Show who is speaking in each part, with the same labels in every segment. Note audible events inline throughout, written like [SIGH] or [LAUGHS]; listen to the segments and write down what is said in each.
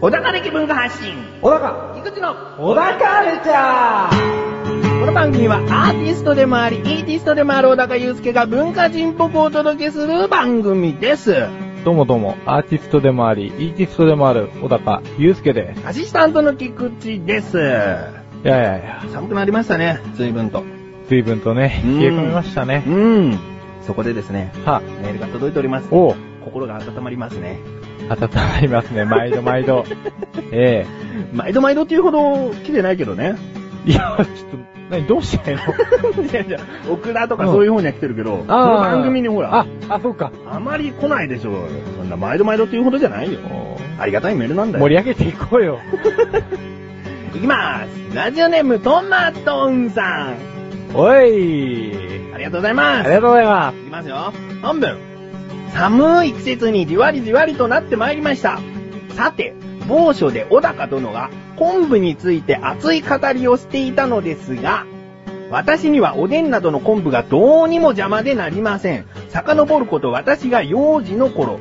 Speaker 1: 小高で気分が発信。
Speaker 2: 小高、
Speaker 1: 菊池の
Speaker 2: 小高ルチャー
Speaker 1: この番組はアーティストでもあり、イーティストでもある小高祐介が文化人っぽくお届けする番組です。
Speaker 2: どうもどうも、アーティストでもあり、イーティストでもある、小高、ゆうすけです。
Speaker 1: アシスタントの菊池です。
Speaker 2: いやいやいや、
Speaker 1: 寒くなりましたね、随分と。
Speaker 2: 随分とね、
Speaker 1: うん
Speaker 2: 冷え込みました
Speaker 1: う
Speaker 2: ね。
Speaker 1: ん。そこでですね、
Speaker 2: は、
Speaker 1: メールが届いております。
Speaker 2: おう、
Speaker 1: 心が温まりますね。
Speaker 2: 温まりますね、毎度毎
Speaker 1: [LAUGHS]
Speaker 2: 度。え
Speaker 1: 毎度毎度っていうほど来てないけどね。 [LAUGHS]
Speaker 2: えいや、ちょっと、何、どうしたいの
Speaker 1: いやいや、オクラとかそういう方には来てるけど、この番組にほら、
Speaker 2: あ、あ、そうか。
Speaker 1: あまり来ないでしょ。そんな毎度毎度っていうほどじゃないよ。
Speaker 2: おう
Speaker 1: ありがたいメールなんだよ。
Speaker 2: 盛り上げていこうよ。
Speaker 1: いきます。ラジオネームトマトンさん。
Speaker 2: おい
Speaker 1: ありがとうございま
Speaker 2: あ
Speaker 1: す。
Speaker 2: りがとうございま
Speaker 1: いきますよ。本文。寒い季節にじわりじわりとなってまいりました。さて、某所で小高殿が昆布について熱い語りをしていたのですが、私にはおでんなどの昆布がどうにも邪魔でなりません。遡ること私が幼児の頃、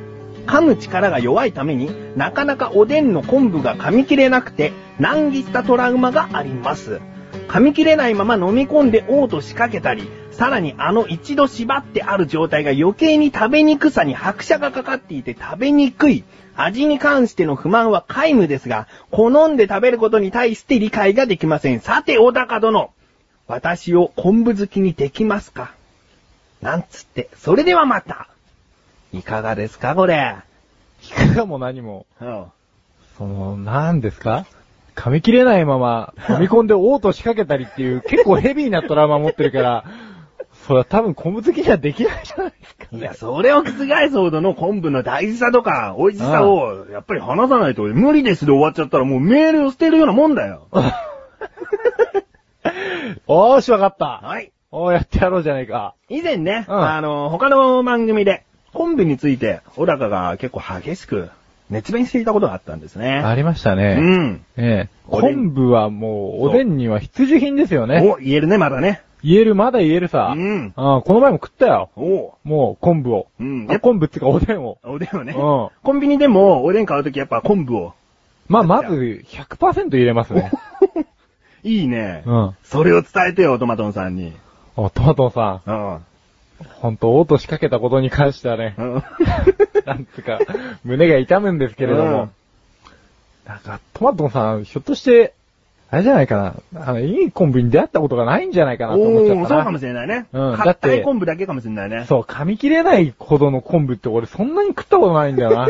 Speaker 1: 噛む力が弱いためになかなかおでんの昆布が噛み切れなくて難儀したトラウマがあります。噛み切れないまま飲み込んで嘔吐しかけたり、さらにあの一度縛ってある状態が余計に食べにくさに拍車がかかっていて食べにくい。味に関しての不満は皆無ですが、好んで食べることに対して理解ができません。さて、小高殿。私を昆布好きにできますかなんつって、それではまた。いかがですか、これ。
Speaker 2: す。聞くかも何も。
Speaker 1: うん。
Speaker 2: その、何ですか噛み切れないまま、噛み込んで嘔吐しかけたりっていう、結構ヘビーなトラウマ持ってるから、それは多分昆布好きにはできないじゃないですか。
Speaker 1: いや、それを覆すほどの昆布の大事さとか、美味しさを、やっぱり話さないと、無理ですで終わっちゃったらもうメールを捨てるようなもんだよ。
Speaker 2: [LAUGHS] おーし、わかった。
Speaker 1: はい。
Speaker 2: おー、やってやろうじゃないか。
Speaker 1: 以前ね、
Speaker 2: うん
Speaker 1: あの、他の番組で、昆布について、小高が結構激しく、熱弁していたことがあったんですね。
Speaker 2: りました
Speaker 1: う。ん。
Speaker 2: ええ。
Speaker 1: おでん
Speaker 2: 昆布はもう、おでんには必需品ですよね。
Speaker 1: お、言えるね、まだね。
Speaker 2: 言える、まだ言える
Speaker 1: う
Speaker 2: さ。
Speaker 1: ん。
Speaker 2: ああこの前も食ったよ。
Speaker 1: お
Speaker 2: もう、昆布を。
Speaker 1: うん。
Speaker 2: あ
Speaker 1: やっぱ
Speaker 2: 昆布っていうか、おでんを。
Speaker 1: おでんをね。
Speaker 2: うん
Speaker 1: コンビニでも、おでん買うときやっぱ昆布を。
Speaker 2: まあ、まず、100%入れますね。
Speaker 1: いいね。
Speaker 2: うん。
Speaker 1: それを伝えてよ、トマトンさんに。
Speaker 2: お、トマトンさ [LAUGHS]
Speaker 1: うん。
Speaker 2: ん、ほんと、嘔吐しかけたことに関して
Speaker 1: [LAUGHS]
Speaker 2: はね
Speaker 1: う、ん。
Speaker 2: なんつうか、胸が痛むんですけれど
Speaker 1: う
Speaker 2: も
Speaker 1: ん、
Speaker 2: なんか、トマトンさん、ひょっとして、あれじゃないかな、あの、いいコンビに出会ったことがないんじゃないかなと思っちゃ
Speaker 1: おー、
Speaker 2: っ
Speaker 1: そう
Speaker 2: た
Speaker 1: かも
Speaker 2: な。
Speaker 1: しれないね。
Speaker 2: うんだ
Speaker 1: 硬
Speaker 2: っ
Speaker 1: い
Speaker 2: て
Speaker 1: 昆布だけかもしれないね。
Speaker 2: そう、噛み切れないほどの昆布って俺そんなに食ったことないんだよ
Speaker 1: [LAUGHS]
Speaker 2: な。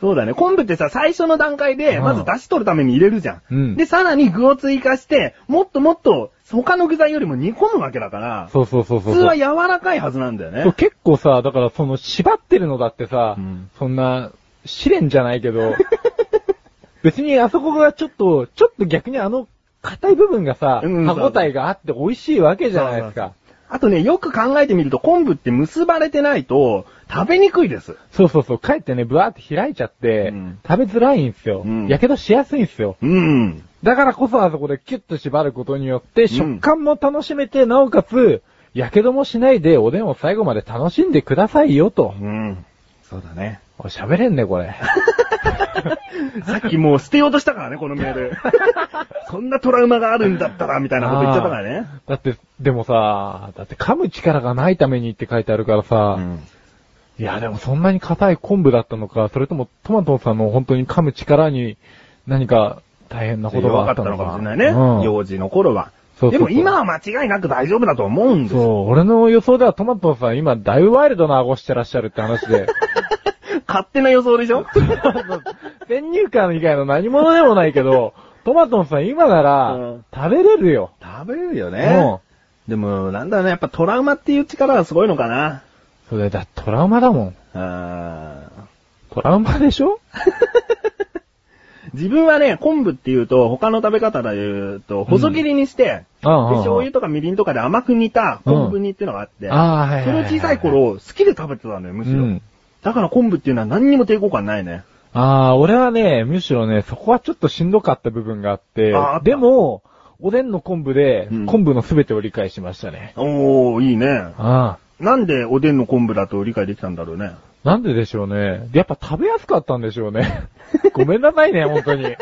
Speaker 1: そうだね。昆布ってさ、最初の段階で、
Speaker 2: うん
Speaker 1: まず出し取るために入れるじゃん。
Speaker 2: うん
Speaker 1: で、さらに具を追加して、もっともっと、他の具材よりも煮込むわけだから、
Speaker 2: そうそうそうそ
Speaker 1: 普
Speaker 2: う
Speaker 1: 通
Speaker 2: そう
Speaker 1: は。柔らかいはずなんだよ
Speaker 2: そう
Speaker 1: ね。
Speaker 2: 結構さ、だからその縛ってるのだってさ、
Speaker 1: うん
Speaker 2: そんな、試練じゃない
Speaker 1: [LAUGHS]
Speaker 2: けど、別にあそこがちょっと、ちょっと逆にあの硬い部分がさ、
Speaker 1: うん
Speaker 2: 歯応えがあって美味しいわけじゃないですか。
Speaker 1: あとね、よく考えてみると、昆布って結ばれてないと、食べにくいです。
Speaker 2: そうそうそう、帰ってね、ブワーって開いちゃって、
Speaker 1: うん
Speaker 2: 食べづらいんですよ
Speaker 1: うん。
Speaker 2: やけどしやすいんですよ。
Speaker 1: うん。
Speaker 2: だからこそあそこでキュッと縛ることによって、食感も楽しめて、なおかつ、やけどもしないでおでんを最後まで楽しんでくださいよと。
Speaker 1: うん。そうだね。
Speaker 2: お喋れんね、これ。
Speaker 1: さっきもう捨てようとしたからね、このメー [LAUGHS] ル。そんなトラウマがあるんだったら、みたいなこと言っちゃったからね。
Speaker 2: だって、でもさ、だって噛む力がないためにって書いてあるからさ、
Speaker 1: うん
Speaker 2: いやでもそんなに硬い昆布だったのか、それともトマトさんの本当に噛む力に何か大変なこと
Speaker 1: 弱
Speaker 2: が
Speaker 1: か
Speaker 2: あ
Speaker 1: っ
Speaker 2: ったた
Speaker 1: の
Speaker 2: の
Speaker 1: か
Speaker 2: か
Speaker 1: もしれないね。
Speaker 2: うん
Speaker 1: 幼児の頃は。
Speaker 2: そうそうそう
Speaker 1: でも今は間違いなく大丈夫だと思うんです
Speaker 2: そ
Speaker 1: よ。
Speaker 2: う、俺の予想ではトマトさん今だいぶワイルドな顎してらっしゃるって話
Speaker 1: [LAUGHS]
Speaker 2: で、
Speaker 1: 勝手な予想でし [LAUGHS] ょ
Speaker 2: 先入観以外の何者でもないけど、トマトさん今な
Speaker 1: う
Speaker 2: ら
Speaker 1: ん
Speaker 2: 食べれるよ。
Speaker 1: 食べれるよ
Speaker 2: うん。
Speaker 1: でも、なんだろうね、やっぱトラウマっていう力はすごいのかな。
Speaker 2: それだってトラウマだもん。
Speaker 1: あー
Speaker 2: トラウマでしょ
Speaker 1: 自分はね、昆布っていうと、他の食べ方で言うと、細切りにして、
Speaker 2: うんうんうん
Speaker 1: で醤油とかみりんとかで甘く煮た昆布煮っていうのがあって、
Speaker 2: ああ、はい
Speaker 1: そ
Speaker 2: は
Speaker 1: れ
Speaker 2: は
Speaker 1: を小さい頃、好きで食べてたのよ、むしろ。
Speaker 2: うん
Speaker 1: だから昆布っていうのは何にも抵抗感ないね。
Speaker 2: ああ、俺はね、むしろね、そこはちょっとしんどかった部分があって
Speaker 1: ああった、
Speaker 2: でも、おでんの昆布で
Speaker 1: うん、
Speaker 2: 昆布のすべてを理解しましたね。
Speaker 1: おー、いいね。
Speaker 2: ああ。
Speaker 1: なんでおでんの昆布だと理解できたんだろうね。
Speaker 2: なんででしょうね。やっぱ食べやすかったんでしょ
Speaker 1: [LAUGHS]
Speaker 2: うね。ごめんなさいね、本当に。い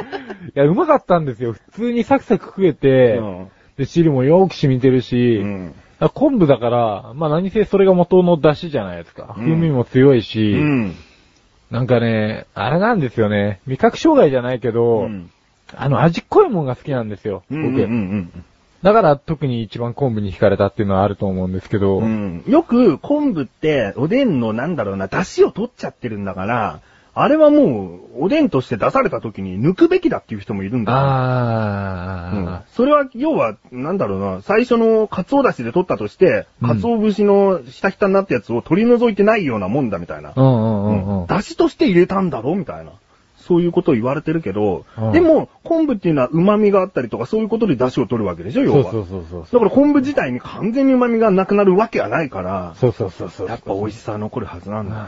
Speaker 2: や、うまかったんですよ。普通にサクサク食えて、
Speaker 1: うん
Speaker 2: で、汁もよく染みてるし、
Speaker 1: うん。
Speaker 2: あ昆布だから、まあ何せそれが元の出汁じゃないですか。
Speaker 1: うん
Speaker 2: 風味も強いうし、
Speaker 1: ん。
Speaker 2: なんかね、あれなんですよね。味覚障害じゃないけど、
Speaker 1: うん。
Speaker 2: あの味っこいもんが好きなんですよ、
Speaker 1: う
Speaker 2: 僕。
Speaker 1: んうん
Speaker 2: だから特に一番昆布に惹かれたっていうのはあると思うんですけ
Speaker 1: う
Speaker 2: ど、
Speaker 1: ん。うん。よく昆布っておでんのなんだろうな、出汁を取っちゃってるんだから、あれはもうおでんとして出された時に抜くべきだっていう人もいるんだよ。うん
Speaker 2: あ
Speaker 1: それは、要は、なんだろうな、最初のカツオだしで取ったとして、
Speaker 2: うん
Speaker 1: カツオ節のひたひたになったやつを取り除いてないようなもんだみたいな
Speaker 2: ー。う。んうんうんうん。
Speaker 1: だしとして入れたんだろみたいな。そういうことを言われてるけど、
Speaker 2: うん
Speaker 1: でも、昆布っていうのは旨味があったりとか、そういうことで出汁を取るわけでしょ、要
Speaker 2: そう
Speaker 1: は。
Speaker 2: そうそうそう。
Speaker 1: だから昆布自体に完全に旨味がなくなるわけはないから、
Speaker 2: そうそうそうそう。
Speaker 1: やっぱ美味しさは残るはずなんだ。
Speaker 2: うん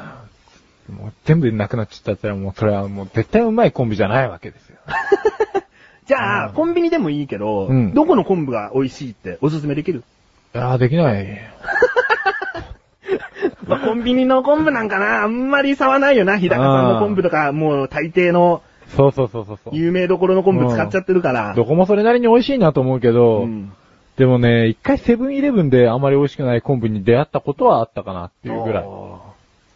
Speaker 2: もう全部なくなっちゃったらもうそれはもう絶対うまいコンビじゃないわけですよ。
Speaker 1: じゃあ、コンビニでもいいけど、
Speaker 2: うん
Speaker 1: どこの昆布が美味しいっておすすめできる
Speaker 2: いやーできない。
Speaker 1: まあ、コンビニの昆布なんかな、あんまり差はないよな、日高さんの昆布とか、もう大抵の
Speaker 2: そうそうそうそうそう。
Speaker 1: 有名どころの昆布使っちゃってるから。
Speaker 2: どこもそれなりに美味しいなと思うけど、
Speaker 1: うん
Speaker 2: でもね、一回セブンイレブンであまり美味しくない昆布に出会ったことはあったかなっていうぐらい。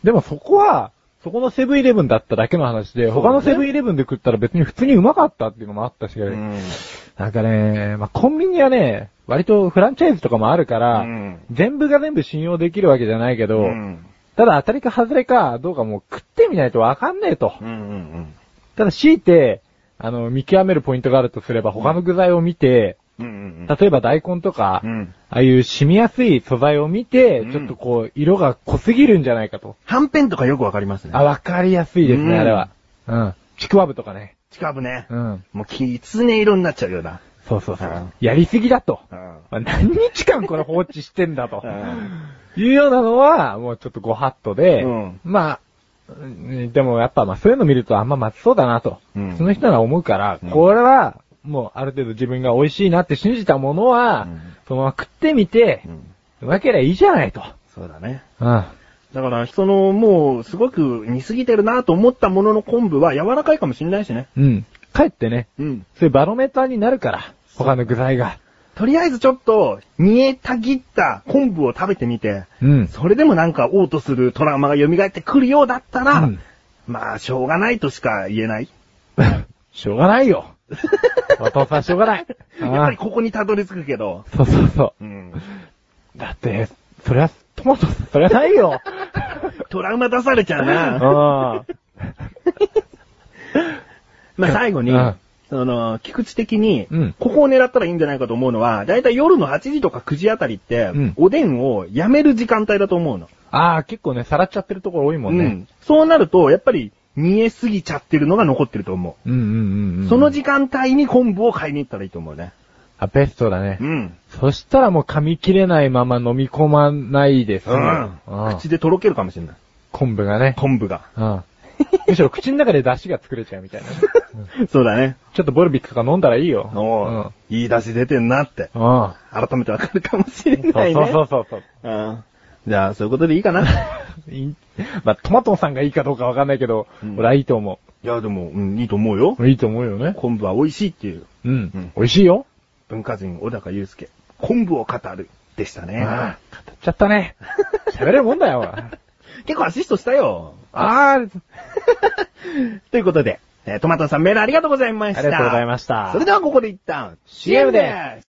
Speaker 2: でもそこは、そこのセブンイレブンだっただけの話で、
Speaker 1: そうだね
Speaker 2: 他のセブンイレブンで食ったら別に普通にうまかったっていうのもあったし、
Speaker 1: うん
Speaker 2: なんかね、まあ、コンビニはね、割とフランチャイズとかもあるから、
Speaker 1: うん
Speaker 2: 全部が全部信用できるわけじゃないけど、
Speaker 1: うん
Speaker 2: ただ当たりか外れかどうかもう食ってみないとわかんねえと。
Speaker 1: うんうん
Speaker 2: ただ強いて、あの、見極めるポイントがあるとすれば他の具材を見て、
Speaker 1: うんうん
Speaker 2: 例えば大根とか、
Speaker 1: うん
Speaker 2: ああいう染みやすい素材を見て、
Speaker 1: うん
Speaker 2: ちょっとこう、色が濃すぎるんじゃないかと。
Speaker 1: はんぺんとかよくわかりますね。
Speaker 2: あ、わかりやすいですね、
Speaker 1: うん
Speaker 2: あれは。うん。ちくわぶとかね。
Speaker 1: 近くね
Speaker 2: う。ん。
Speaker 1: もう、きつね色になっちゃうよな。
Speaker 2: そうそうそう
Speaker 1: うん。
Speaker 2: やりすぎだと。
Speaker 1: うん
Speaker 2: まあ何日間これ放置してんだと
Speaker 1: [LAUGHS] う。ん
Speaker 2: いうようなのは、もうちょっとご法度で、
Speaker 1: うん
Speaker 2: まあ、うんでもやっぱまあそういうの見るとあんままずそうだなと、
Speaker 1: うん
Speaker 2: その人なら思うから、
Speaker 1: うん
Speaker 2: これは、もうある程度自分が美味しいなって信じたものは、
Speaker 1: うん
Speaker 2: そのまま食ってみて
Speaker 1: う、ん
Speaker 2: うまければいいじゃないと。
Speaker 1: そうだね。
Speaker 2: うん。
Speaker 1: だから、人の、もう、すごく似すぎてるなと思ったものの昆布は柔らかいかもしんないしね。
Speaker 2: うん。かえってね、
Speaker 1: うん。
Speaker 2: そういうバロメーターになるから、他の具材が。
Speaker 1: とりあえずちょっと、煮えたぎった昆布を食べてみて、
Speaker 2: うん。
Speaker 1: それでもなんか嘔吐するトラウマが蘇ってくるようだったら、
Speaker 2: うん
Speaker 1: まあ、しょうがないとしか言えない。
Speaker 2: [LAUGHS] しょうがないよ。お父さんしょうがない。
Speaker 1: [LAUGHS] やっぱりここにたどり着くけど。
Speaker 2: そうそうそ
Speaker 1: うん。
Speaker 2: う。だって、そりゃ、トマト、そりゃな
Speaker 1: [LAUGHS]
Speaker 2: いよ。
Speaker 1: トラウマ出されちゃうな。
Speaker 2: あ
Speaker 1: まあ最後に
Speaker 2: うん、
Speaker 1: その、菊池的に
Speaker 2: うん、
Speaker 1: ここを狙ったらいいんじゃないかと思うのは、だいたい夜の8時とか9時あたりって、
Speaker 2: ん
Speaker 1: おでんをやめる時間帯だと思うの。
Speaker 2: あー、結構ね、さらっちゃってるところ多いもん
Speaker 1: う
Speaker 2: ね。
Speaker 1: んそうなると、やっぱり、煮えすぎちゃってるのが残ってると思う。
Speaker 2: うん、うん、うんうん。
Speaker 1: その時間帯に昆布を買いに行ったらいいと思うね。
Speaker 2: あ、ベストだね
Speaker 1: う。ん。
Speaker 2: そしたらもう噛み切れないまま飲み込まないですね。
Speaker 1: うん。
Speaker 2: 口
Speaker 1: 口でとろけるかもしれない。
Speaker 2: 昆布がね。
Speaker 1: 昆布が。
Speaker 2: うん。むしろ口の中で出汁が作れちゃうみ
Speaker 1: [LAUGHS]
Speaker 2: たいな。うん
Speaker 1: そうだね。
Speaker 2: ちょっとボルビックとか飲んだらいいよ。
Speaker 1: おういい出汁出てんなって、
Speaker 2: うん。うん。
Speaker 1: 改めてわかるかもしれ
Speaker 2: そ
Speaker 1: な
Speaker 2: う
Speaker 1: いね。
Speaker 2: そうそうそうそう。
Speaker 1: うん。じゃあ、そういうことでい [LAUGHS] いかな。い
Speaker 2: いいまあ、トマトンさんがいいかどうかわかんないけど、
Speaker 1: うん
Speaker 2: 俺はいいと思
Speaker 1: や、でも、うん、いいと思うよ。
Speaker 2: う。いいと思うよね。
Speaker 1: 昆布は美味しいっていう、
Speaker 2: うん。
Speaker 1: うん
Speaker 2: 美味しいよ。
Speaker 1: 文化人小高祐介、昆布を語る、でしたね。
Speaker 2: ああ、語っちゃったね。喋れるもん [LAUGHS] だよ。
Speaker 1: 結構アシストしたよ。
Speaker 2: ああー、
Speaker 1: [LAUGHS] ということで、えートマトさんメールありがとうございました。
Speaker 2: ありがとうございました
Speaker 1: それではここで一旦、
Speaker 2: CM で
Speaker 1: です。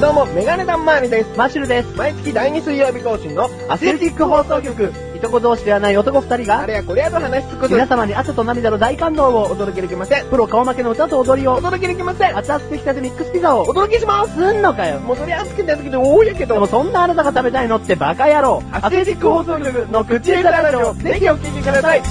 Speaker 1: どうも、メガネタンマーニです。マシュルです。毎月第2水曜日更新のアスレティック放送局。
Speaker 3: いとこ同士ではない男二人
Speaker 1: あ
Speaker 3: が、
Speaker 1: れやこれやと話しつくこと
Speaker 3: 皆様に汗と涙の大感動
Speaker 1: お
Speaker 3: を、
Speaker 1: 届けできません。
Speaker 3: プロ顔負けの歌と踊り
Speaker 1: お
Speaker 3: を、
Speaker 1: 届けできません。
Speaker 3: 熱々出来たてミックスピザ
Speaker 1: お
Speaker 3: を、
Speaker 1: 届けします。
Speaker 3: すんのかよ。
Speaker 1: もうそれ熱くて熱くて多いやけ
Speaker 3: でも
Speaker 1: ど、
Speaker 3: そんなあなたが食べたいのってバカ野郎。
Speaker 1: アスレティック放送局の口枝ラジオ、ぜひお聞きください。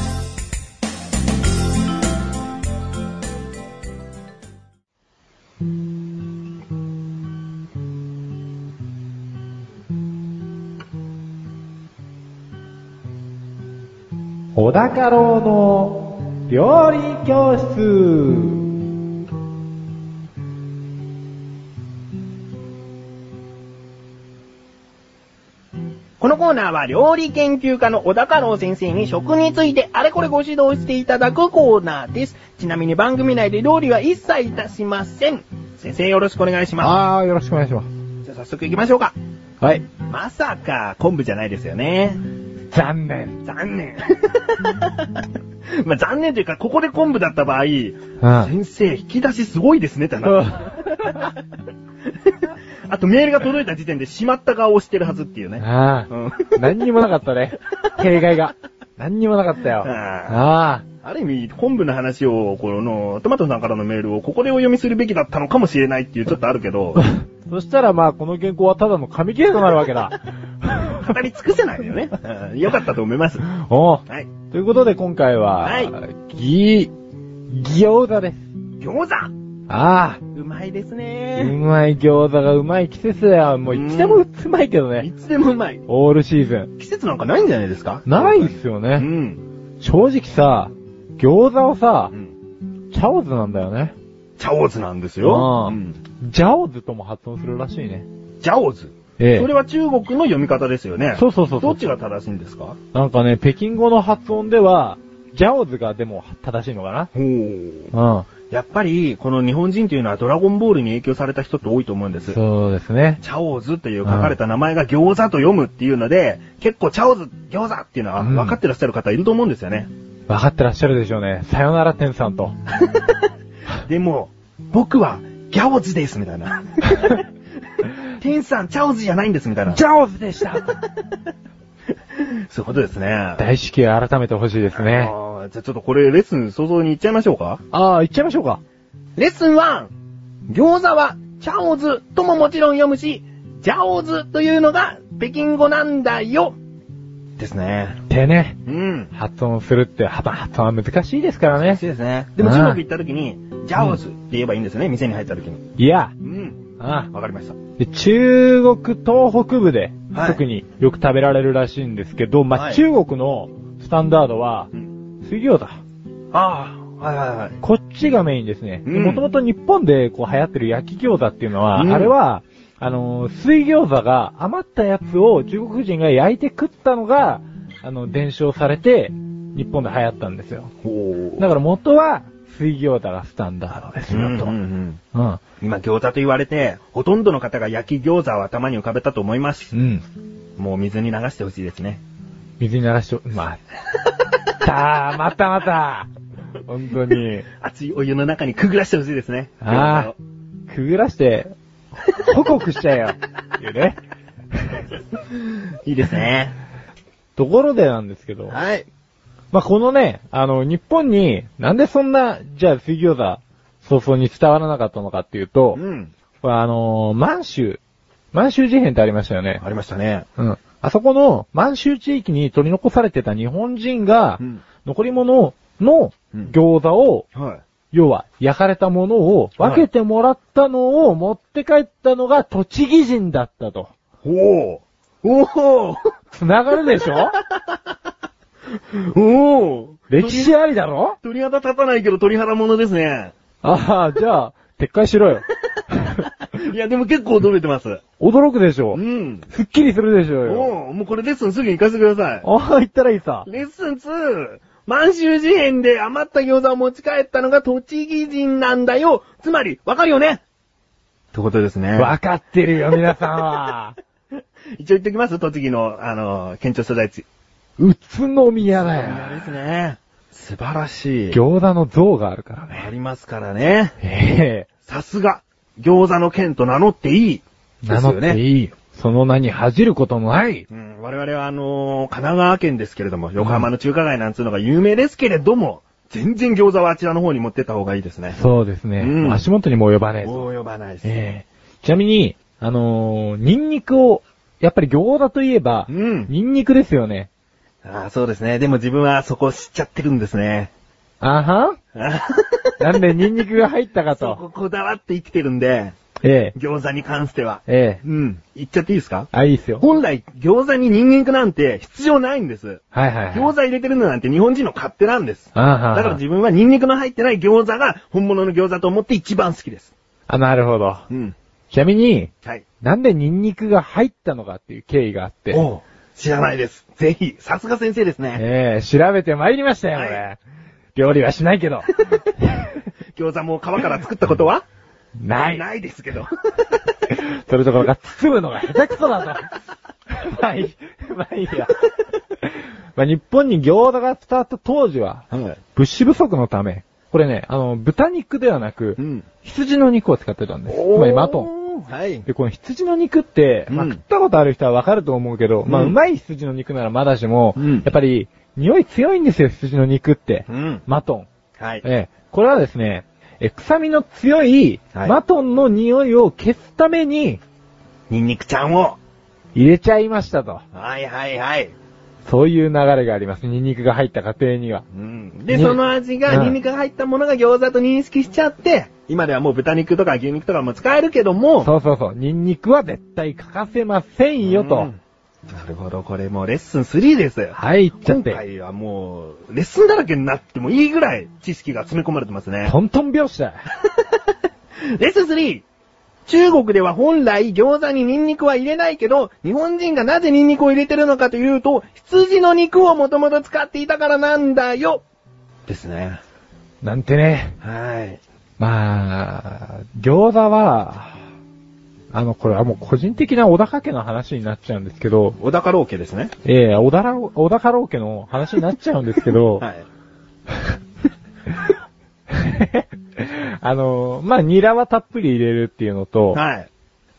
Speaker 2: 小高郎の料理教室。
Speaker 1: のコーナーは料理研究家の小高郎先生に食についてあれこれご指導していただくコーナーです。ちなみに番組内で料理は一切いたしません。先生よろしくお願いしま
Speaker 2: あー、よろしくお願いします。
Speaker 1: す。じゃあ早速行きましょうか。
Speaker 2: はい。
Speaker 1: まさか昆布じゃないですよね。
Speaker 2: 残念。
Speaker 1: 残念。 [LAUGHS] まあ残念というか、ここで昆布だった場合、
Speaker 2: うん。
Speaker 1: 先生、引き出しすごいですねってなる。 [LAUGHS] あとメールが届いた時点でしまった顔をしてるはずっていうね。
Speaker 2: あ
Speaker 1: うん
Speaker 2: あ。何にもなかっ
Speaker 1: [LAUGHS]
Speaker 2: たね。弊害が。何にもなかったよ。あ
Speaker 1: ある意味、昆布の話を、この、トマトさんからのメールをここでお読みするべきだったのかもしれないっていうちょっとあるけど、 [LAUGHS]
Speaker 2: あ。そしたらまあ、この原稿はただの紙切れとなるわけ [LAUGHS] だ。
Speaker 1: 語り尽くせないよ [LAUGHS] ね。うんよかったと思います。は
Speaker 2: おう
Speaker 1: い。
Speaker 2: ということで今回は、
Speaker 1: はい
Speaker 2: ぎ、餃子です。
Speaker 1: 餃子
Speaker 2: あ
Speaker 1: うまいです
Speaker 2: あ、う
Speaker 1: ね。
Speaker 2: まい餃子がうまい季節だよ。もういつでもうまいけど
Speaker 1: い
Speaker 2: ね。
Speaker 1: つでもうまい。
Speaker 2: オールシーズン。
Speaker 1: 季節なんかないんじゃないですか
Speaker 2: ないっすよ
Speaker 1: う
Speaker 2: ね。
Speaker 1: ん。
Speaker 2: 正直さ、餃子をさ
Speaker 1: う、ん。
Speaker 2: チャオズなんだよね。
Speaker 1: チャオズなんですよ。
Speaker 2: あー
Speaker 1: うん
Speaker 2: ジャオズとも発音するらしいね。
Speaker 1: ジャオズ。
Speaker 2: え
Speaker 1: それは中国の読み方ですよね。
Speaker 2: そうそうそうそ
Speaker 1: ど
Speaker 2: う
Speaker 1: っちが正しいんですか
Speaker 2: なんかね、北京語の発音では、ジャオズがでも正しいのか
Speaker 1: ほう。
Speaker 2: な
Speaker 1: やっぱり、この日本人というのはドラゴンボールに影響された人って多いと思うんで
Speaker 2: うん。
Speaker 1: す。
Speaker 2: そうですね。
Speaker 1: チャオズという書かれた名前が餃子と読むっていうので、結構チャオズ、餃子っていうのは
Speaker 2: うん
Speaker 1: 分かってらっしゃる方いると思うんですよ
Speaker 2: [LAUGHS]
Speaker 1: ね。
Speaker 2: わかってらっしゃるでしょうね。さよなら天さ
Speaker 1: [LAUGHS]
Speaker 2: んと。
Speaker 1: でも、僕はギャオズですみたい
Speaker 2: [LAUGHS]
Speaker 1: な。天さん、チャオズじゃないんですみたいな。
Speaker 2: ャオズでした
Speaker 1: そういうことですね。
Speaker 2: [LAUGHS] 大至急改めてほしいで
Speaker 1: [LAUGHS]
Speaker 2: す
Speaker 1: あ
Speaker 2: ね。
Speaker 1: ーじゃあちょっとこれレッスン想像に行っちゃいましょうか。
Speaker 2: ああ、行っちゃいましょうか。
Speaker 1: レッスン 1! 餃子は、チャオズとももちろん読むし、ジャオズというのが北京語なんだよですね。
Speaker 2: ってね、
Speaker 1: うん。
Speaker 2: 発音するって、は発音は難しいですからね。
Speaker 1: そうですね。でも中国行った時に、ジャオズって言えばいいんですね、店に入った時に。
Speaker 2: いや、
Speaker 1: うん。
Speaker 2: あ
Speaker 1: わかりました。
Speaker 2: あで中国東北部で、
Speaker 1: はい
Speaker 2: 特によく食べられるらしいんですけど、まあ、
Speaker 1: はい
Speaker 2: 中国のスタンダードは、水餃子。
Speaker 1: ああ、はいはいはい。
Speaker 2: こっちがメインですね。
Speaker 1: うん
Speaker 2: もともと日本でこう流行ってる焼き餃子っていうのは、
Speaker 1: うん
Speaker 2: あれは、あのー、水餃子が余ったやつを中国人が焼いて食ったのが、あの、伝承されて、日本で流行ったんですよ。
Speaker 1: ほ
Speaker 2: だから元は、水餃子がスタンダードです
Speaker 1: う
Speaker 2: よ、
Speaker 1: ん
Speaker 2: と。
Speaker 1: う
Speaker 2: うん。
Speaker 1: うんん
Speaker 2: うん。
Speaker 1: 今餃子と言われて、ほとんどの方が焼き餃子を頭に浮かべたと思います。もう水に流してほしいですね。
Speaker 2: 水に流しと、
Speaker 1: [LAUGHS]
Speaker 2: まあ。さあ、またまた。本当に。
Speaker 1: 熱いお湯の中にくぐらしてほしいですね。
Speaker 2: ああ、くぐらして、ホクホクしちゃえよ。っていうね。
Speaker 1: 餃子をいいですね。
Speaker 2: ところでなんですけど、
Speaker 1: はい。
Speaker 2: まあ、このね、あの、日本に、なんでそんな、じゃあ水餃子、早々に伝わらなかったのかっていうと
Speaker 1: う、ん。
Speaker 2: これあのー満州、満州事変ってありましたよね。
Speaker 1: ありましたね。
Speaker 2: うん。あそこの満州地域に取り残されてた日本人が、
Speaker 1: ん。
Speaker 2: 残り物の
Speaker 1: うん
Speaker 2: 餃子を、
Speaker 1: はい。
Speaker 2: 要は焼かれたものを分けてもらったのを持って帰ったのが栃木人だったと。
Speaker 1: おおおお
Speaker 2: つながるでし [LAUGHS] ょ
Speaker 1: お [LAUGHS] お
Speaker 2: 歴史ありだろ
Speaker 1: 鳥肌立たないけど鳥肌ものですね。 [LAUGHS]
Speaker 2: ああ、じゃあ、撤回しろよ。
Speaker 1: いや、でも結構驚いてます。
Speaker 2: [LAUGHS] 驚くでしょ
Speaker 1: うん。
Speaker 2: すっきりするでしょうよ。
Speaker 1: おおもうこれレッスンすぐに行かせてください。
Speaker 2: ああ、言ったらいいさ。
Speaker 1: レッスン 2! 満州事変で余った餃子を持ち帰ったのが栃木人なんだよつまり、わかるよねってことですね
Speaker 2: わかってるよ、皆さん [LAUGHS] は。
Speaker 1: 一応言っておきます栃木の、あの、県庁所在地。
Speaker 2: 宇都宮だ
Speaker 1: いや
Speaker 2: よ。
Speaker 1: ですね。素晴らしい。
Speaker 2: 餃子の像があるからね。
Speaker 1: ありますからね。
Speaker 2: え
Speaker 1: さすが、餃子の県と名乗っていい。
Speaker 2: え
Speaker 1: で
Speaker 2: 名
Speaker 1: す
Speaker 2: 乗
Speaker 1: よ
Speaker 2: って
Speaker 1: ね。
Speaker 2: いい。その名に恥じることもない。
Speaker 1: うん、我々はあのー神奈川県ですけれども、横浜の中華街なんつうのが有名ですけれども、全然餃子はあちらの方に持ってった方がいいですね。
Speaker 2: そうですね。
Speaker 1: うん
Speaker 2: 足元にも及ばねえぞ。
Speaker 1: もう呼ばないです。
Speaker 2: ええちなみに、あのー、ニンニクを、やっぱり餃子といえば、
Speaker 1: うん。
Speaker 2: ニンニクですよね。
Speaker 1: あーそうですね。でも自分はそこ知っちゃってるんですね。
Speaker 2: あはん
Speaker 1: あ
Speaker 2: [LAUGHS] なんでニンニクが入った
Speaker 1: [LAUGHS]
Speaker 2: か
Speaker 1: そ
Speaker 2: と。
Speaker 1: ここだわって生きてるんで、
Speaker 2: ええ
Speaker 1: 餃子に関しては。
Speaker 2: ええ
Speaker 1: うん。言っちゃっていいですか
Speaker 2: あ、いいっすよ。
Speaker 1: 本来、餃子に人間なんて必要ないんです。
Speaker 2: はいはい、はい。
Speaker 1: 餃子入れてるのなんて日本人の勝手なんです。
Speaker 2: あはは
Speaker 1: だから自分はニンニクの入ってない餃子が本物の餃子と思って一番好きです。
Speaker 2: あ、なるほど。
Speaker 1: うん。
Speaker 2: ちなみに、
Speaker 1: はい。
Speaker 2: なんでニンニクが入ったのかっていう経緯があって、
Speaker 1: おう知らないです。ぜひ、さすが先生ですね。
Speaker 2: ええ調べて参りましたよ、
Speaker 1: はい
Speaker 2: 俺。料理はしないけ [LAUGHS] ど。
Speaker 1: 餃子も皮から作ったことは
Speaker 2: [LAUGHS] ない。
Speaker 1: ないですけ
Speaker 2: [LAUGHS]
Speaker 1: ど。
Speaker 2: それどころか包むのが下手くそだと。 [LAUGHS] まあいい、まあいいや。まあ日本に餃子が伝わった当時は、
Speaker 1: はい。
Speaker 2: 物資不足のため、これね、あの、豚肉ではなく
Speaker 1: う、ん。
Speaker 2: 羊の肉を使ってたんです。つまりマトン。
Speaker 1: ン。はい。
Speaker 2: で、この羊の肉って、まあ、
Speaker 1: うん
Speaker 2: 食ったことある人はわかると思うけど、まあ、
Speaker 1: うん
Speaker 2: うまい羊の肉ならまだしも、
Speaker 1: うん
Speaker 2: やっぱり、匂い強いんですよ、羊の肉って。
Speaker 1: うん。
Speaker 2: マトン。
Speaker 1: はい。
Speaker 2: ええ、これはですね、え、臭みの強い、
Speaker 1: はい
Speaker 2: マトンの匂いを消すために、
Speaker 1: ニンニクちゃんを。
Speaker 2: 入れちゃいましたと。
Speaker 1: はいはいはい。
Speaker 2: そういう流れがあります。ニンニクが入った家庭には。
Speaker 1: うん。で、
Speaker 2: ね
Speaker 1: その味が、
Speaker 2: うん
Speaker 1: ニンニクが入ったものが餃子と認識しちゃって、今ではもう豚肉とか牛肉とかも使えるけども、
Speaker 2: そうそうそう。ニンニクは絶対欠かせませんよと。
Speaker 1: うんなるほど、これもうレッスン3です。
Speaker 2: はい、言っちゃっ
Speaker 1: 今
Speaker 2: て。
Speaker 1: 回はもう、レッスンだらけになってもいいぐらい知識が詰め込まれてますね。
Speaker 2: トントン拍子だ。
Speaker 1: [LAUGHS] レッスン 3! 中国では本来餃子にニンニクは入れないけど、日本人がなぜニンニクを入れてるのかというと、羊の肉をもともと使っていたからなんだよですね。
Speaker 2: なんてね。
Speaker 1: はい。
Speaker 2: まあ、餃子は、あの、これはもう個人的な小高家の話になっちゃうんですけど、
Speaker 1: 小高ローケですね。
Speaker 2: ええ小田ら、小高老家の話になっちゃうんですけど、
Speaker 1: [LAUGHS] はい。
Speaker 2: [LAUGHS] あの、まあ、ニラはたっぷり入れるっていうのと、
Speaker 1: はい。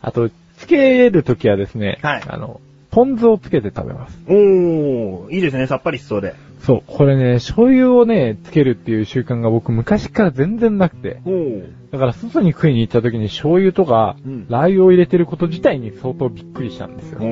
Speaker 2: あと、つけるときはですね、
Speaker 1: はい
Speaker 2: あの、ポン酢をつけて食べます。
Speaker 1: おー、いいですね、さっぱりしそうで。
Speaker 2: そう、これね、醤油をね、つけるっていう習慣が僕昔から全然なくて、
Speaker 1: おー。
Speaker 2: だから外に食いに行った時に醤油とか、
Speaker 1: うん
Speaker 2: ラー油を入れてること自体に相当びっくりしたんですよ。
Speaker 1: おー。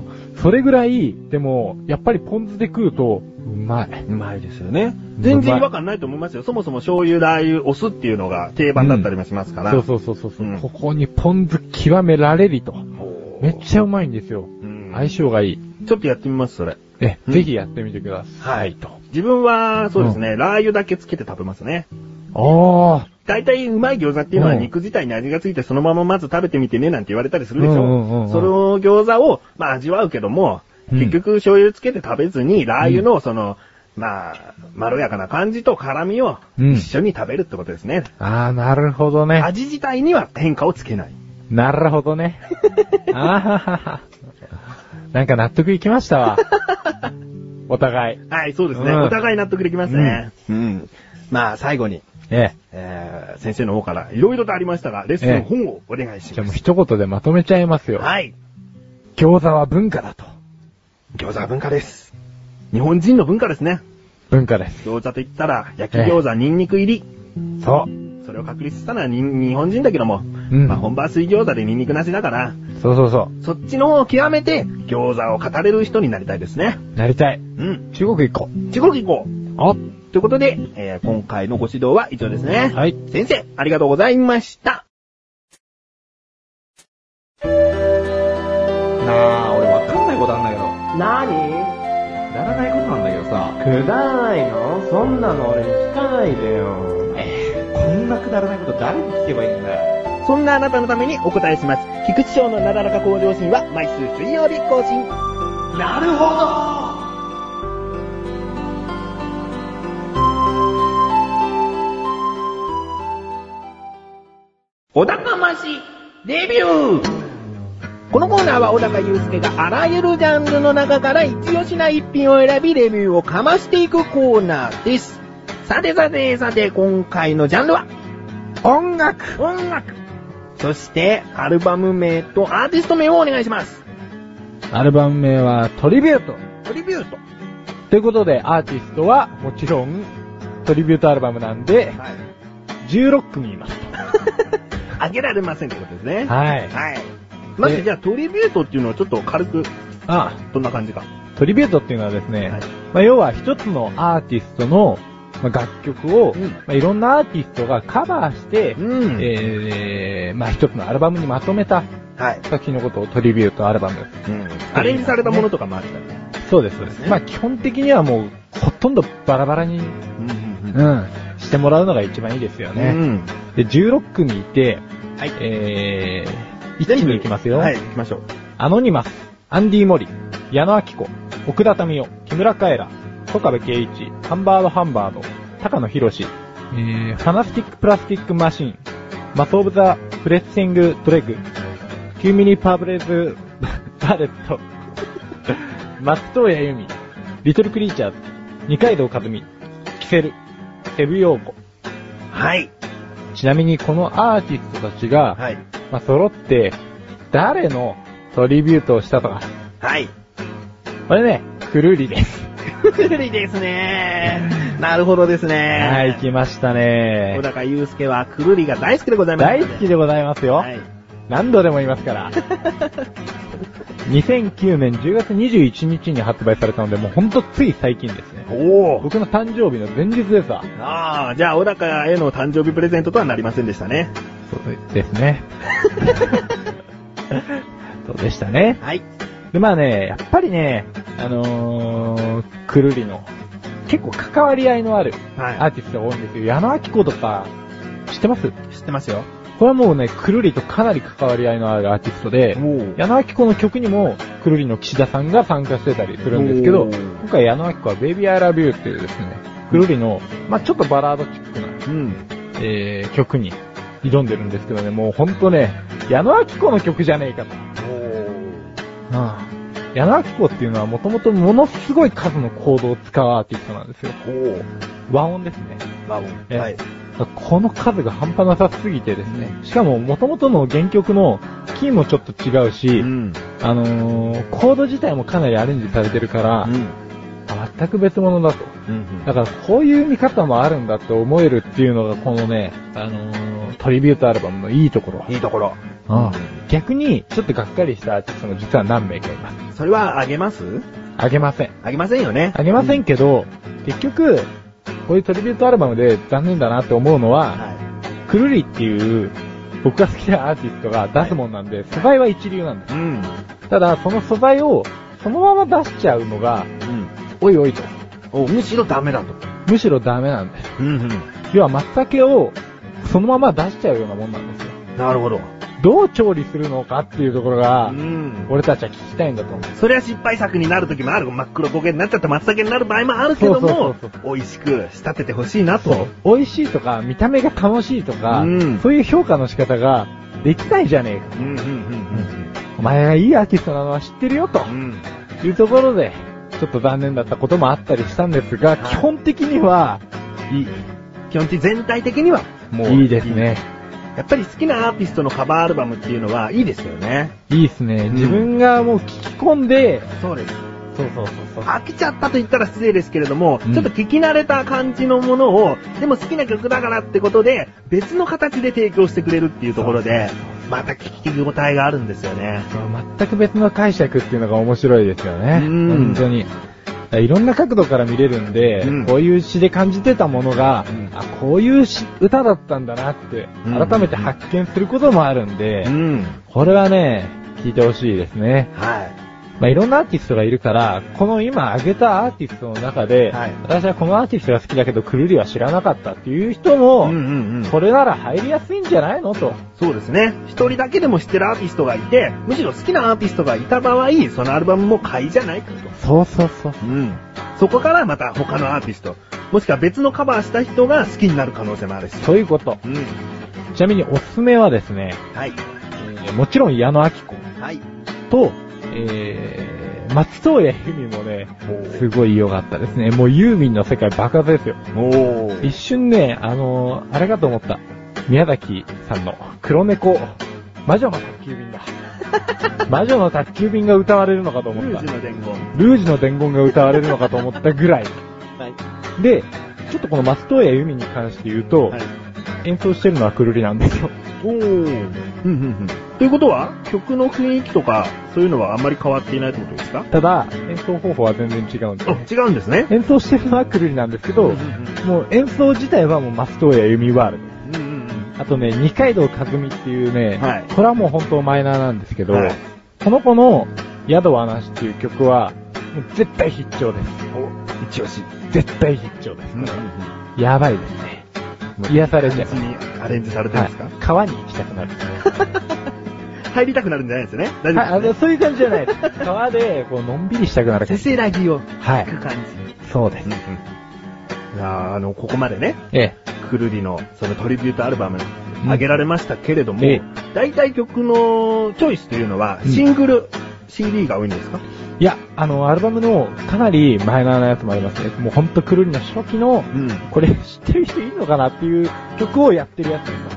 Speaker 2: うん。それぐらい、でも、やっぱりポン酢で食うと、うまい。
Speaker 1: うまいですよね。全然違和感ないと思いますよ。そもそも醤油、ラー油、お酢っていうのが定番だったりもしますから。
Speaker 2: そうそうそうそう。
Speaker 1: うん
Speaker 2: ここにポン酢極められりと。
Speaker 1: おー
Speaker 2: めっちゃうまいんですよ。
Speaker 1: うん
Speaker 2: 相性がいい。
Speaker 1: ちょっとやってみます、それ。
Speaker 2: え、
Speaker 1: うん
Speaker 2: ぜひやってみてください。
Speaker 1: はい
Speaker 2: と。
Speaker 1: 自分は、そうですね、ラー油だけつけて食べますね。
Speaker 2: ああ。
Speaker 1: 大体うまい餃子っていうのは
Speaker 2: うん
Speaker 1: 肉自体に味がついてそのまままず食べてみてねなんて言われたりするでし
Speaker 2: うんうんうんう
Speaker 1: ょ。
Speaker 2: ん
Speaker 1: その餃子を、まあ味わうけども、
Speaker 2: うん
Speaker 1: 結局醤油つけて食べずに、ラー油のその、まあ、まろやかな感じと辛みを
Speaker 2: うん
Speaker 1: 一緒に食べるってことですね。
Speaker 2: ああ、なるほどね。
Speaker 1: 味自体には変化をつけない。
Speaker 2: なるほど [LAUGHS] ね。あははは。なんか納得いきました [LAUGHS] わ。お互い。
Speaker 1: はい、そうですね。
Speaker 2: うん
Speaker 1: お互い納得できますね。うん。まあ最後に、
Speaker 2: え
Speaker 1: えー先生の方からいろいろとありましたが、レッスンの本をお願い
Speaker 2: え。
Speaker 1: し
Speaker 2: じ
Speaker 1: ま
Speaker 2: ゃあもう
Speaker 1: す。
Speaker 2: 一言でまとめちゃいますよ。
Speaker 1: はい。
Speaker 2: 餃子は文化だと。
Speaker 1: 餃子は文化です。日本人の文化ですね。
Speaker 2: 文化です。
Speaker 1: 餃子と言ったら、焼き餃子、ニンニク入り。
Speaker 2: そう。
Speaker 1: それを確立したのはに日本人だけども、
Speaker 2: ん
Speaker 1: まあ本場は水餃子でニンニクなしだから、
Speaker 2: そうそうそ
Speaker 1: そっちの方を極めて餃子を語れる人になりたいですね。
Speaker 2: う。なりたい。
Speaker 1: うん。
Speaker 2: 中国行こ
Speaker 1: 中国行こ
Speaker 2: う。
Speaker 1: う。ということで、えー今回のご指導は以上ですね。
Speaker 2: はい。
Speaker 1: 先生、ありがとうございました。
Speaker 4: なあ、俺わかんないことあんだけど。く
Speaker 3: なに
Speaker 4: だらないことなんだけどさ。
Speaker 3: くだらないのそんなの俺に聞かないでよ。
Speaker 4: こんなくだらないこと誰に聞けばいいんだよ。
Speaker 1: そんなあなたのためにお答えします。菊池賞のなだらか向上心は毎週水曜日更新。
Speaker 4: なるほど
Speaker 1: 小高ましレビューこのコーナーは小高祐介があらゆるジャンルの中から一押しな一品を選びレビューをかましていくコーナーです。さてさてさて、今回のジャンルは音楽音楽そして、アルバム名とアーティスト名をお願いします。
Speaker 2: アルバム名はトリビュート。
Speaker 1: トリビュート。
Speaker 2: ということで、アーティストはもちろんトリビュートアルバムなんで、
Speaker 1: はい。
Speaker 2: 16組います。
Speaker 1: あげられませんってことですね。
Speaker 2: はい。
Speaker 1: はい。まず
Speaker 2: で
Speaker 1: じゃあトリビュートっていうのをちょっと軽く、
Speaker 2: あ、
Speaker 1: どんな感じか。
Speaker 2: トリビュートっていうのはですね、
Speaker 1: はい
Speaker 2: まあ、要は一つのアーティストのまあ楽曲を、
Speaker 1: うん
Speaker 2: まあ、いろんなアーティストがカバーして、
Speaker 1: うん
Speaker 2: えーまあ、一つのアルバムにまとめた
Speaker 1: はい。
Speaker 2: 作品のことをトリビュートアルバム。
Speaker 1: うん。アレンジされたものとかもあったりね。
Speaker 2: そうです、そうです。まあ基本的にはもうほとんどバラバラに、
Speaker 1: うんうんうん
Speaker 2: うん、してもらうのが一番いいですよね。
Speaker 1: うん。
Speaker 2: で、16組いて、
Speaker 1: はい
Speaker 2: えー、一部いきますよ。
Speaker 1: はい、行きましょう。
Speaker 2: アノニマス、アンディ・モリ、矢野明子、奥田民生、木村カエラ、戸壁圭一、ハンバードハンバード、高野博士、えー、ファナスティックプラスティックマシン、マスオブザ・プレッシング・ドレグ、キューミニ・パーブレズ・バレット、松任谷由実、リトル・クリーチャーズ、二階堂和美、キセル、セブ・ヨーコ。
Speaker 1: はい。
Speaker 2: ちなみにこのアーティストたちが、
Speaker 1: はい。
Speaker 2: まあ、揃って、誰のトリビュートをしたとか。
Speaker 1: はい。
Speaker 2: これね、くるりです。
Speaker 1: 古いですね。なるほどですね。
Speaker 2: はい、来ましたね
Speaker 1: 小。高祐介はくるりが大好きでございます。
Speaker 2: 大好き
Speaker 1: で
Speaker 2: でございますよ。
Speaker 1: はい。
Speaker 2: 何度でも言います [LAUGHS] から。2009年10月21日に発売されたので、もうほんとつい最近ですね。
Speaker 1: おー。
Speaker 2: 僕の誕生日の前日ですわ。
Speaker 1: ああ、じゃあ小高への誕生日プレゼントとはなりませんでしたね。
Speaker 2: そうですね。 [LAUGHS] そうでしたね。
Speaker 1: はい。
Speaker 2: で、まあね、やっぱりね、あのー、くるりの、結構関わり合いのあるア
Speaker 1: は
Speaker 2: ーティストが多いんですよ。矢野明子とか、知ってますこ
Speaker 1: い。知ってますよ。
Speaker 2: れはもうね、くるりとかなり関わり合いのあるアーティストで
Speaker 1: お、ー。
Speaker 2: 矢野明子の曲にも、くるりの岸田さんが参加してたりするんですけ
Speaker 1: お
Speaker 2: ど、
Speaker 1: ー
Speaker 2: 今回矢野明子は Baby I Love You っていうですね、くるりの、まあちょっとバラードチックな、
Speaker 1: うん。
Speaker 2: えー、曲に挑んでるんですけどね、もうほんとね、矢野明子の曲じゃねえかと。
Speaker 1: おー。
Speaker 2: 矢野明子っていうのはもともとものすごい数のコードを使うアーティストなんですよ。
Speaker 1: おー。
Speaker 2: 和音ですね。
Speaker 1: バボ
Speaker 2: え
Speaker 1: ン。はい。
Speaker 2: この数が半端なさすぎてですね。しかも元々の原曲のキーもちょっと違うし、
Speaker 1: ん。
Speaker 2: あのー、コード自体もかなりアレンジされてるから
Speaker 1: う、ん。
Speaker 2: 全く別物だと。
Speaker 1: うん
Speaker 2: だからこういう見方もあるんだって思えるっていうのがこのね、あのー、トリビュートアルバムのいいところ。
Speaker 1: いいところ。
Speaker 2: ああ逆に、ちょっとがっかりしたアーティストも実は何名かいます。
Speaker 1: それはあげます
Speaker 2: あげません。
Speaker 1: あげませんよね。
Speaker 2: あげませんけど、結局、こういうトリビュートアルバムで残念だなって思うの
Speaker 1: うん。
Speaker 2: は、
Speaker 1: はい。
Speaker 2: くるりっていう、僕が好きなアーティストが出すもんなんで、素材は一流なんで
Speaker 1: うん。
Speaker 2: す。ただ、その素材を、そのまま出しちゃうのが、
Speaker 1: うん。
Speaker 2: おいおいと。
Speaker 1: お、むしろダメだと。
Speaker 2: むしろダメなんです。
Speaker 1: うんうん。
Speaker 2: 要は、松茸を、そのまま出しちゃうようなもんなんですよ。
Speaker 1: なるほど。
Speaker 2: どう調理するのかっていうところが
Speaker 1: う、ん。
Speaker 2: 俺たちは聞きたいんだと思う。
Speaker 1: それは失敗作になる時もある。真っ黒焦げになっちゃった松茸になる場合もあるけど
Speaker 2: そ
Speaker 1: も
Speaker 2: うそう、
Speaker 1: 美味しく仕立ててほしいなと。
Speaker 2: 美味しいとか、見た目が楽しいとか、
Speaker 1: うん
Speaker 2: そういう評価の仕方が、できないじゃねえか。
Speaker 1: うんうんうん
Speaker 2: お前がいいアーティストなのは知ってるよと
Speaker 1: うん。うん。
Speaker 2: いうところで、ちょっと残念だったこともあったりしたんですが、
Speaker 1: はい
Speaker 2: 基本的には、いい。
Speaker 1: 基本的に全体的には、もう。
Speaker 2: いいです。ね。
Speaker 1: やっぱり好きなアーティストのカバーアルバムっていうのはいいですよね。
Speaker 2: いいですね。
Speaker 1: ん
Speaker 2: 自分がもう聞き込んで、
Speaker 1: そうです。
Speaker 2: そうそうそうそう。
Speaker 1: 飽きちゃったと言ったら失礼ですけれども、
Speaker 2: うん
Speaker 1: ちょっと聞き慣れた感じのものを、でも好きな曲だからってことで、別の形で提供してくれるっていうところで、また聞き応えがあるんですよね。
Speaker 2: そう全く別の解釈っていうのが面白いですよね。
Speaker 1: うん
Speaker 2: 本当に。だからいろんな角度から見れるんで、
Speaker 1: うん
Speaker 2: こういう詩で感じてたものが、
Speaker 1: うん
Speaker 2: あこういう詩歌だったんだなって、
Speaker 1: うん
Speaker 2: 改めて発見することもあるんで、
Speaker 1: うん。
Speaker 2: これはね、聞いてほしいですね。
Speaker 1: はい。
Speaker 2: まあ、いろんなアーティストがいるから、この今挙げたアーティストの中で、
Speaker 1: はい
Speaker 2: 私はこのアーティストが好きだけど、くるりは知らなかったっていう人も、
Speaker 1: ん
Speaker 2: これなら入りやすいんじゃないのと。
Speaker 1: そうですね。一人だけでも知ってるアーティストがいて、むしろ好きなアーティストがいた場合、そのアルバムも買いじゃないかと。
Speaker 2: そうそうそう。
Speaker 1: うん。そこからまた他のアーティスト、もしくは別のカバーした人が好きになる可能性もあるし。
Speaker 2: そういうこと。
Speaker 1: うん。
Speaker 2: ちなみにおすすめはですね、
Speaker 1: はい。
Speaker 2: えーもちろん矢野明子
Speaker 1: はい。
Speaker 2: と、えー、松任谷由実もね、す
Speaker 1: お
Speaker 2: ごい良かったですね。もうユーミンの世界爆発ですよ。
Speaker 1: おー
Speaker 2: 一瞬ね、あのーあれかと思った。宮崎さんの黒猫、魔女の宅
Speaker 1: [LAUGHS]
Speaker 2: 急便だ。魔女の宅急便が歌われるのかと思
Speaker 1: ル
Speaker 2: っ
Speaker 1: ー
Speaker 2: た
Speaker 1: ジ。ュの伝言。
Speaker 2: ルージュの伝言が歌われるのかと思ったぐらい。で、ちょっとこの松任谷由実に関して言うと、
Speaker 1: はい。
Speaker 2: 演奏してるのはくるりなんですよ。
Speaker 1: おー。うんうんうん。ということは、曲の雰囲気とか、そういうのはあんまり変わっていないってことですか
Speaker 2: ただ、演奏方法は全然違うんです
Speaker 1: あ、違うんですね。
Speaker 2: 演奏してるのはくるりなんですけ
Speaker 1: う
Speaker 2: ど
Speaker 1: ん、う
Speaker 2: もう演奏自体はもう松任谷由実ワールド。
Speaker 1: んうん。
Speaker 2: あとね、二階堂和美っていうね、
Speaker 1: はい
Speaker 2: これはもう本当マイナーなんですけど、
Speaker 1: はい
Speaker 2: この子の宿はなしっていう曲は、もう絶対必聴です。
Speaker 1: お、一押し。
Speaker 2: 絶対必聴です。
Speaker 1: うんうん
Speaker 2: やばいですね。
Speaker 1: うん
Speaker 2: 癒されちゃう
Speaker 1: 完全にアレンジされてるんですか
Speaker 2: はい川に行きたくなる。
Speaker 1: 入りたくなるんじゃないですよね。大
Speaker 2: はい、
Speaker 1: 丈
Speaker 2: あ
Speaker 1: 夫で
Speaker 2: の、
Speaker 1: す、
Speaker 2: そういう感じじゃないです。川で、こう、のんびりしたくなる。
Speaker 1: ね。せせらぎを
Speaker 2: は
Speaker 1: 聞
Speaker 2: い。
Speaker 1: く感
Speaker 2: そうです。
Speaker 1: じ。いやーあの、ここまでね、
Speaker 2: え
Speaker 1: くるりの、そのトリビュートアルバム、
Speaker 2: うん
Speaker 1: あげられましたけれども
Speaker 2: ええ、
Speaker 1: 大体曲のチョイスというのは、
Speaker 2: うん
Speaker 1: シングル、CD が多いんですか
Speaker 2: え。いや、あの、アルバムのかなりマイナーなやつもありますね。もうほんとくるりの初期の、
Speaker 1: うん。
Speaker 2: これ知ってる人いるのかなっていう曲をやってるやつもいます。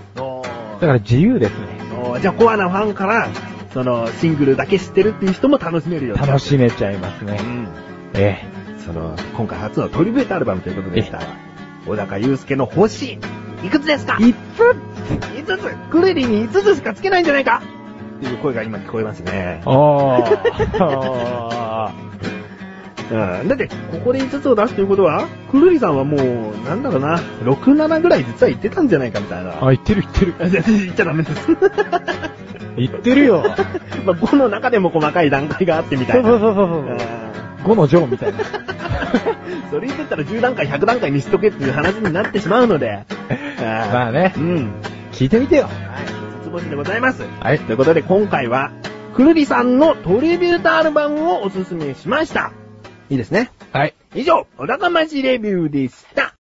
Speaker 2: だから自由ですね。
Speaker 1: じゃあコアなファンから、その、シングルだけ知ってるっていう人も楽しめるように
Speaker 2: 楽しめちゃいますね
Speaker 1: う。ん。
Speaker 2: え
Speaker 1: その、今回初のトリビュートアルバムということでした。小高祐介の星、いくつですか
Speaker 2: え。いつ
Speaker 1: 5つクレリに5つしかつけないんじゃないかっていう声が今聞こえますね。
Speaker 2: おー。
Speaker 1: うん。だって、ここで5つを出すということは、クルリさんはもう、なんだろうな、6、7ぐらい実は言ってたんじゃないかみたいな。
Speaker 2: [LAUGHS] あ、言ってる言ってる。
Speaker 1: [LAUGHS] 全然言っちゃダメです。 [LAUGHS]
Speaker 2: 言ってるよ。
Speaker 1: まあ、5の中でも細かい段階があってみた
Speaker 2: そ
Speaker 1: いうな。
Speaker 2: そうそうそううんそう。5の上みたいな。
Speaker 1: [LAUGHS] それ言ってたら10段階、100段階にしとけっていう話になってしまうの
Speaker 2: [LAUGHS]
Speaker 1: で。
Speaker 2: まあね
Speaker 1: う。ん。
Speaker 2: 聞いてみてよ。
Speaker 1: はい。五つ星でございます。
Speaker 2: はい。
Speaker 1: ということで今回は、くるりさんのトリビュータアルバムをおすすめしました。いいですね。
Speaker 2: はい。
Speaker 1: 以上、お高ましレビューでした。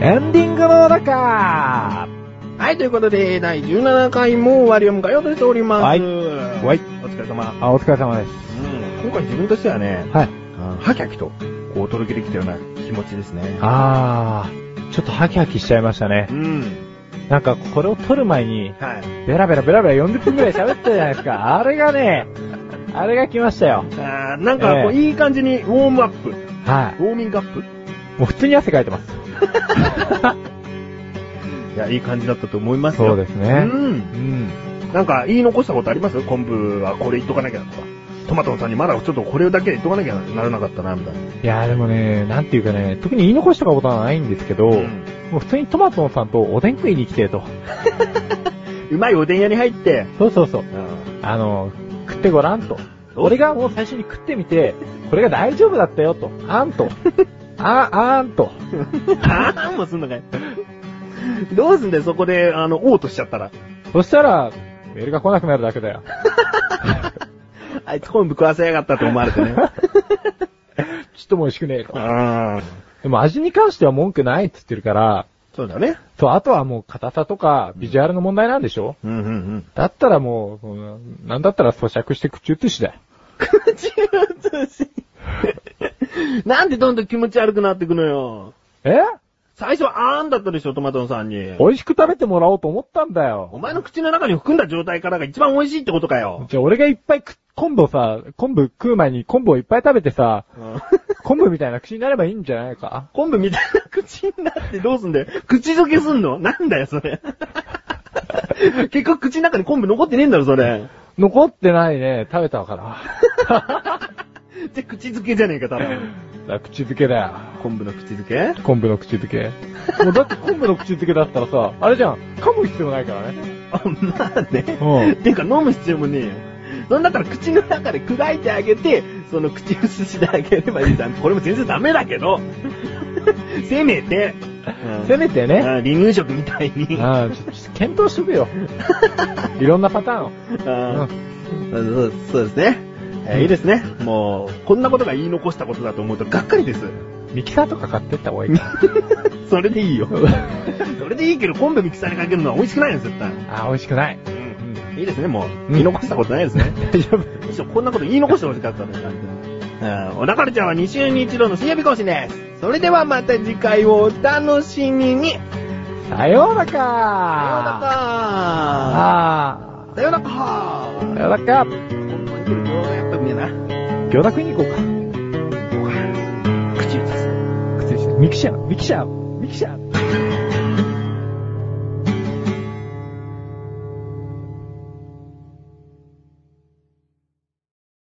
Speaker 2: エンディングの中
Speaker 1: はい、ということで、第17回も終わりを迎えようとしております。
Speaker 2: はいはい
Speaker 1: お疲れ様。
Speaker 2: あ、お疲れ様です。
Speaker 1: うん、今回自分としてはね、
Speaker 2: はい。
Speaker 1: あはきはきと、こう、届けてきたような気持ちですね。
Speaker 2: あー、ちょっとハキハキしちゃいましたね
Speaker 1: う。ん。
Speaker 2: なんか、これを撮る前に、
Speaker 1: はい。
Speaker 2: ベラベラベラベラ40分くらい喋ってたじゃないですか。あれがね、あれが来ましたよ。
Speaker 1: あーなんか、こう、
Speaker 2: ええ
Speaker 1: いい感じに、ウォームアップ。ウ
Speaker 2: はい。
Speaker 1: ォーミングアップ
Speaker 2: もう普通に汗かいてます。
Speaker 1: いや、いい感じだったと思いますよ。
Speaker 2: そうですね。
Speaker 1: うん。
Speaker 2: うん。
Speaker 1: なんか、言い残したことあります昆布はこれ言っとかなきゃとか。トマトのさんにまだちょっとこれだけ言っとかなきゃならなかったな、みたいな。
Speaker 2: いやーでもね、なんていうかね、特に言い残したことはないんですけど、
Speaker 1: うん
Speaker 2: もう普通にトマトンさんとおでん食いに来てと。
Speaker 1: うまいおでん屋に入って、
Speaker 2: そうそうそう。あの、食ってごらんと。俺がもう最初に食ってみて、これが大丈夫だったよと。あん
Speaker 1: [LAUGHS]
Speaker 2: と。あ、あんと。
Speaker 1: あーもうすんのかい。どうすんだよ、そこで、あの、オートしちゃったら。
Speaker 2: そしたら、メールが来なくなるだけだよ。
Speaker 1: あいつ昆布食わせやがったと思われてね。 [LAUGHS]
Speaker 2: ちょっとも美味しくねえと。
Speaker 1: ああ。
Speaker 2: でも味に関しては文句ないっつってるから、
Speaker 1: そうだね。
Speaker 2: そう、あとはもう硬さとかビジュアルの問題なんでしょ
Speaker 1: うんうんうん。 [LAUGHS]
Speaker 2: だったらもううん、なんだったら咀嚼して口移しだよ。
Speaker 1: 口移し。なんでどんどん気持ち悪くなってくのよ。
Speaker 2: え
Speaker 1: 最初はあーんだったでしょ、トマトンさんに。
Speaker 2: 美味しく食べてもらおうと思ったんだよ
Speaker 1: お。前の口の中に含んだ状態からが一番美味しいってことかよ。 [LAUGHS]
Speaker 2: じゃあ俺がいっぱいく昆布をさ、昆布食う前に昆布をいっぱい食べてさ、昆布みたいな口になればいいんじゃないか
Speaker 1: 昆布みたいな口になってどうすんだよ。口づけすんのなんだよ、そ [LAUGHS] れ。結局口の中に昆布残ってねえんだろ、それ。
Speaker 2: 残ってないね。食べたから。
Speaker 1: [LAUGHS] じゃ、口づけじゃねえか、ただの。
Speaker 2: だ口づけだよ。
Speaker 1: 昆布の口づけ
Speaker 2: 昆布の口づけ。もうだって昆布の口づけだったらさ、あれじゃん。噛む必要ないからね。
Speaker 1: あ、まあ
Speaker 2: う
Speaker 1: ね
Speaker 2: ん。
Speaker 1: てか飲む必要もねえよ。なんだったら口の中で砕いてあげて、その口移しであげればいいじゃん。これも全然ダメだけ
Speaker 2: [LAUGHS]
Speaker 1: ど。せめて、
Speaker 2: せめて
Speaker 1: て
Speaker 2: ね。
Speaker 1: 離乳食みたいに。あ
Speaker 2: ああ、ちょっと検討しとくよ。いろんなパターンを。
Speaker 1: ーそうそうですね。えーいいですね。もう、こんなことが言い残したことだと思うとがっかり
Speaker 2: [LAUGHS]
Speaker 1: です。
Speaker 2: ミキサーとか買ってった方がいいか。
Speaker 1: それでいいよ。それでいいけど、昆布ミキサーにかけるのは美味しくないの、絶対。
Speaker 2: ああ、美味しくな
Speaker 1: う
Speaker 2: い。
Speaker 1: ん
Speaker 2: ん。
Speaker 1: いいですね、もう。
Speaker 2: ん
Speaker 1: 言い残したこと [LAUGHS] ないですね。
Speaker 2: 大丈夫。
Speaker 1: むしろこんなこと言い残してほしかったのに。うん、おなかるちゃんは2週に一度の水曜日更新です。それではまた次回をお楽しみに。さよ
Speaker 2: さような
Speaker 1: うな
Speaker 2: らかさ
Speaker 1: ら。
Speaker 2: あ
Speaker 1: さようなら。
Speaker 2: あ。さようならか
Speaker 1: 本当に来るとやっぱ見えな。
Speaker 2: 餃子食いに行こうか。
Speaker 1: 口移す。
Speaker 2: ミキシャー、ミキシャー、ミキシャー。